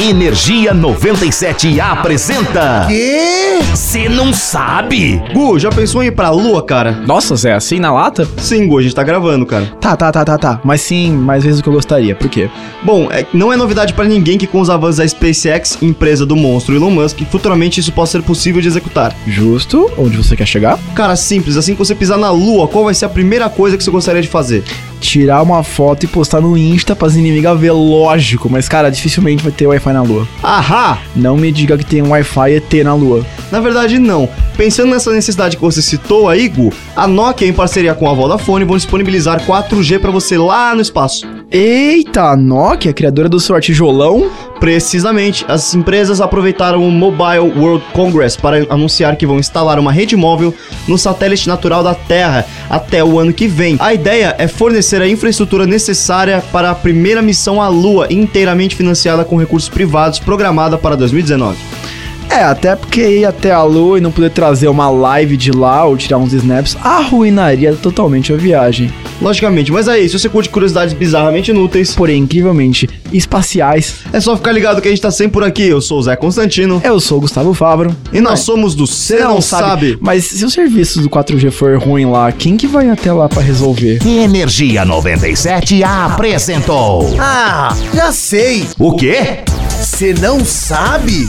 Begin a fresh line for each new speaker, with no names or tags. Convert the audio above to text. Energia 97 apresenta.
Quê?
Você não sabe?
Gu, já pensou em ir pra lua, cara?
Nossa, Zé, assim na lata?
Sim, Gu, a gente tá gravando, cara.
Tá, tá, tá, tá, tá. Mas sim, mais vezes do que eu gostaria. Por quê?
Bom, é- não é novidade pra ninguém que com os avanços da SpaceX, empresa do monstro Elon Musk, futuramente isso possa ser possível de executar.
Justo onde você quer chegar?
Cara, simples, assim que você pisar na lua, qual vai ser a primeira coisa que você gostaria de fazer?
Tirar uma foto e postar no Insta pras inimigas ver, lógico. Mas, cara, dificilmente vai ter Wi-Fi na Lua.
Ahá!
Não me diga que tem um Wi-Fi ET na Lua.
Na verdade, não. Pensando nessa necessidade que você citou aí, Gu, a Nokia, em parceria com a Vodafone, vão disponibilizar 4G pra você lá no espaço.
Eita, a Nokia, criadora do seu tijolão?
Precisamente, as empresas aproveitaram o Mobile World Congress para anunciar que vão instalar uma rede móvel no satélite natural da Terra até o ano que vem. A ideia é fornecer a infraestrutura necessária para a primeira missão à Lua, inteiramente financiada com recursos privados, programada para 2019.
É, até porque ir até a Lua e não poder trazer uma live de lá ou tirar uns snaps arruinaria totalmente a viagem.
Logicamente, mas aí, se você curte curiosidades bizarramente inúteis,
Porém, incrivelmente, espaciais.
é só ficar ligado que a gente tá sempre por aqui. Eu sou o Zé Constantino
Eu sou o Gustavo Favro.
e nós somos do Cê Não, Sabe.
Mas se o serviço do 4G for ruim lá, quem que vai até lá pra resolver?
Energia 97 apresentou.
Ah, já sei.
O quê?
Você não sabe?